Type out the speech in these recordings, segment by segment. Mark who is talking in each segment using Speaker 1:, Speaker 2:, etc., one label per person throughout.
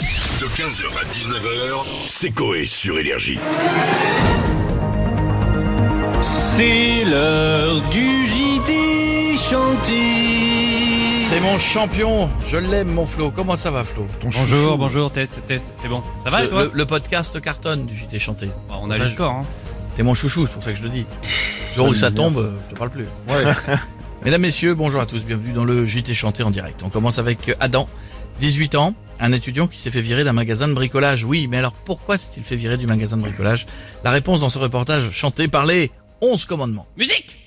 Speaker 1: De 15h à 19h, c'est Coé sur Énergie.
Speaker 2: C'est l'heure du JT chanté.
Speaker 3: C'est mon champion, je l'aime mon Flo. Comment ça va Flo
Speaker 4: Bonjour, bonjour, test, test, c'est bon. Ça va
Speaker 3: le,
Speaker 4: et toi
Speaker 3: le- le podcast cartonne du JT chanté.
Speaker 4: Bah, On a
Speaker 3: ça,
Speaker 4: les
Speaker 3: je-
Speaker 4: scores, hein.
Speaker 3: T'es mon chouchou, c'est pour ça que je le dis. Le jour où ça tombe, euh, je te parle plus. Mesdames, messieurs, bonjour à tous, bienvenue dans le JT chanté en direct. On commence avec Adam, 18 ans, un étudiant qui s'est fait virer d'un magasin de bricolage. Oui, mais alors pourquoi s'est-il fait virer du magasin de bricolage La réponse dans ce reportage chanté par les 11 commandements.
Speaker 5: Musique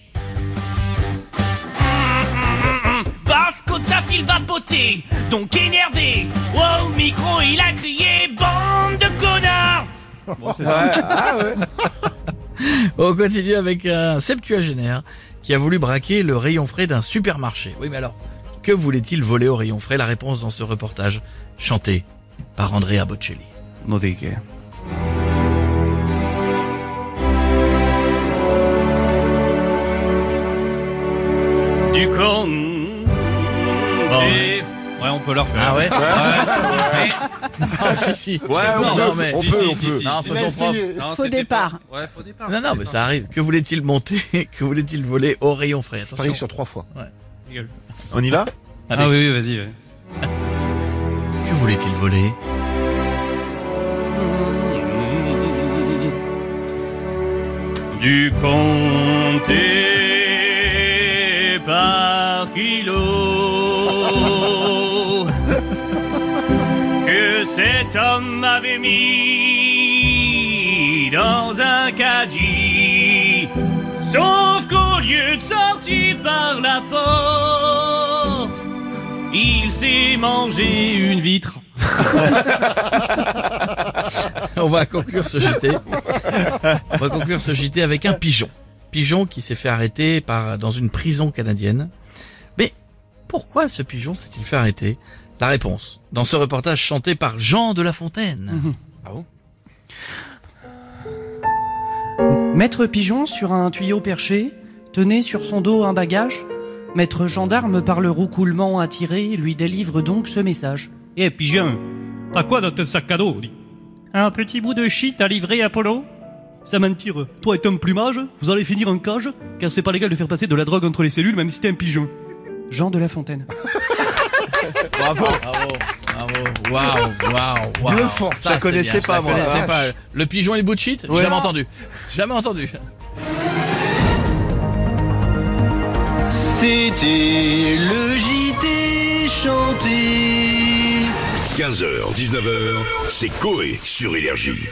Speaker 5: Parce qu'au taf il vapotait, donc énervé. Wow, au micro il a crié bande de connards.
Speaker 3: On continue avec un septuagénaire qui a voulu braquer le rayon frais d'un supermarché. Oui, mais alors, que voulait-il voler au rayon frais La réponse dans ce reportage, chanté par Andrea Bocelli.
Speaker 4: Musique. Du con. Ouais, on peut leur faire.
Speaker 3: Ah ouais
Speaker 4: Ouais,
Speaker 3: Ah si, si.
Speaker 4: on
Speaker 3: non,
Speaker 4: peut,
Speaker 3: mais...
Speaker 4: on
Speaker 2: Si,
Speaker 4: peut,
Speaker 2: si,
Speaker 4: on
Speaker 2: si,
Speaker 4: peut.
Speaker 2: si,
Speaker 3: Non,
Speaker 4: si,
Speaker 3: faisons propre.
Speaker 4: Non,
Speaker 6: Faux
Speaker 4: c'était
Speaker 6: départ.
Speaker 4: pas- Ouais, faux départ.
Speaker 3: Non, non, mais ça arrive. Que voulait-il monter Que voulait-il voler au rayon frais Attention.
Speaker 7: Paris sur trois fois.
Speaker 8: On y va
Speaker 4: Ah oui, oui, vas-y. ouais.
Speaker 3: Que voulait-il voler
Speaker 4: du compté par kilo que cet homme avait mis dans un caddie. Sauf qu'au lieu de sortir par la porte, il s'est mangé une vitre.
Speaker 3: On va conclure ce JT. On va conclure ce JT avec un pigeon. Pigeon qui s'est fait arrêter par, dans une prison canadienne. Mais pourquoi ce pigeon s'est-il fait arrêter La réponse, dans ce reportage chanté par Jean de La
Speaker 8: Mhm.
Speaker 3: Fontaine.
Speaker 9: Maître pigeon sur un tuyau perché, tenait sur son dos un bagage. Maître gendarme par le roucoulement attiré lui délivre donc ce message.
Speaker 4: Eh pigeon, t'as quoi dans ton sac à dos dis Un petit bout de shit à livrer à Polo
Speaker 9: Ça mentir, toi et ton plumage, vous allez finir en cage, car c'est pas légal de faire passer de la drogue entre les cellules même si t'es un pigeon. Jean de La Fontaine.
Speaker 8: Bravo
Speaker 3: Bravo, bravo, waouh, waouh, waouh.
Speaker 7: Bluffant.
Speaker 8: Je
Speaker 3: Ça,
Speaker 8: la
Speaker 3: c'est
Speaker 8: connaissais
Speaker 3: bien,
Speaker 8: pas,
Speaker 3: je la
Speaker 8: moi.
Speaker 3: connaissais
Speaker 8: Ah,
Speaker 3: pas. Le pigeon et les bouts de shit,
Speaker 8: Ouais.
Speaker 3: jamais entendu. Jamais entendu.
Speaker 2: C'était le JT chanté.
Speaker 1: 15h, 19h, c'est Coé sur Énergie.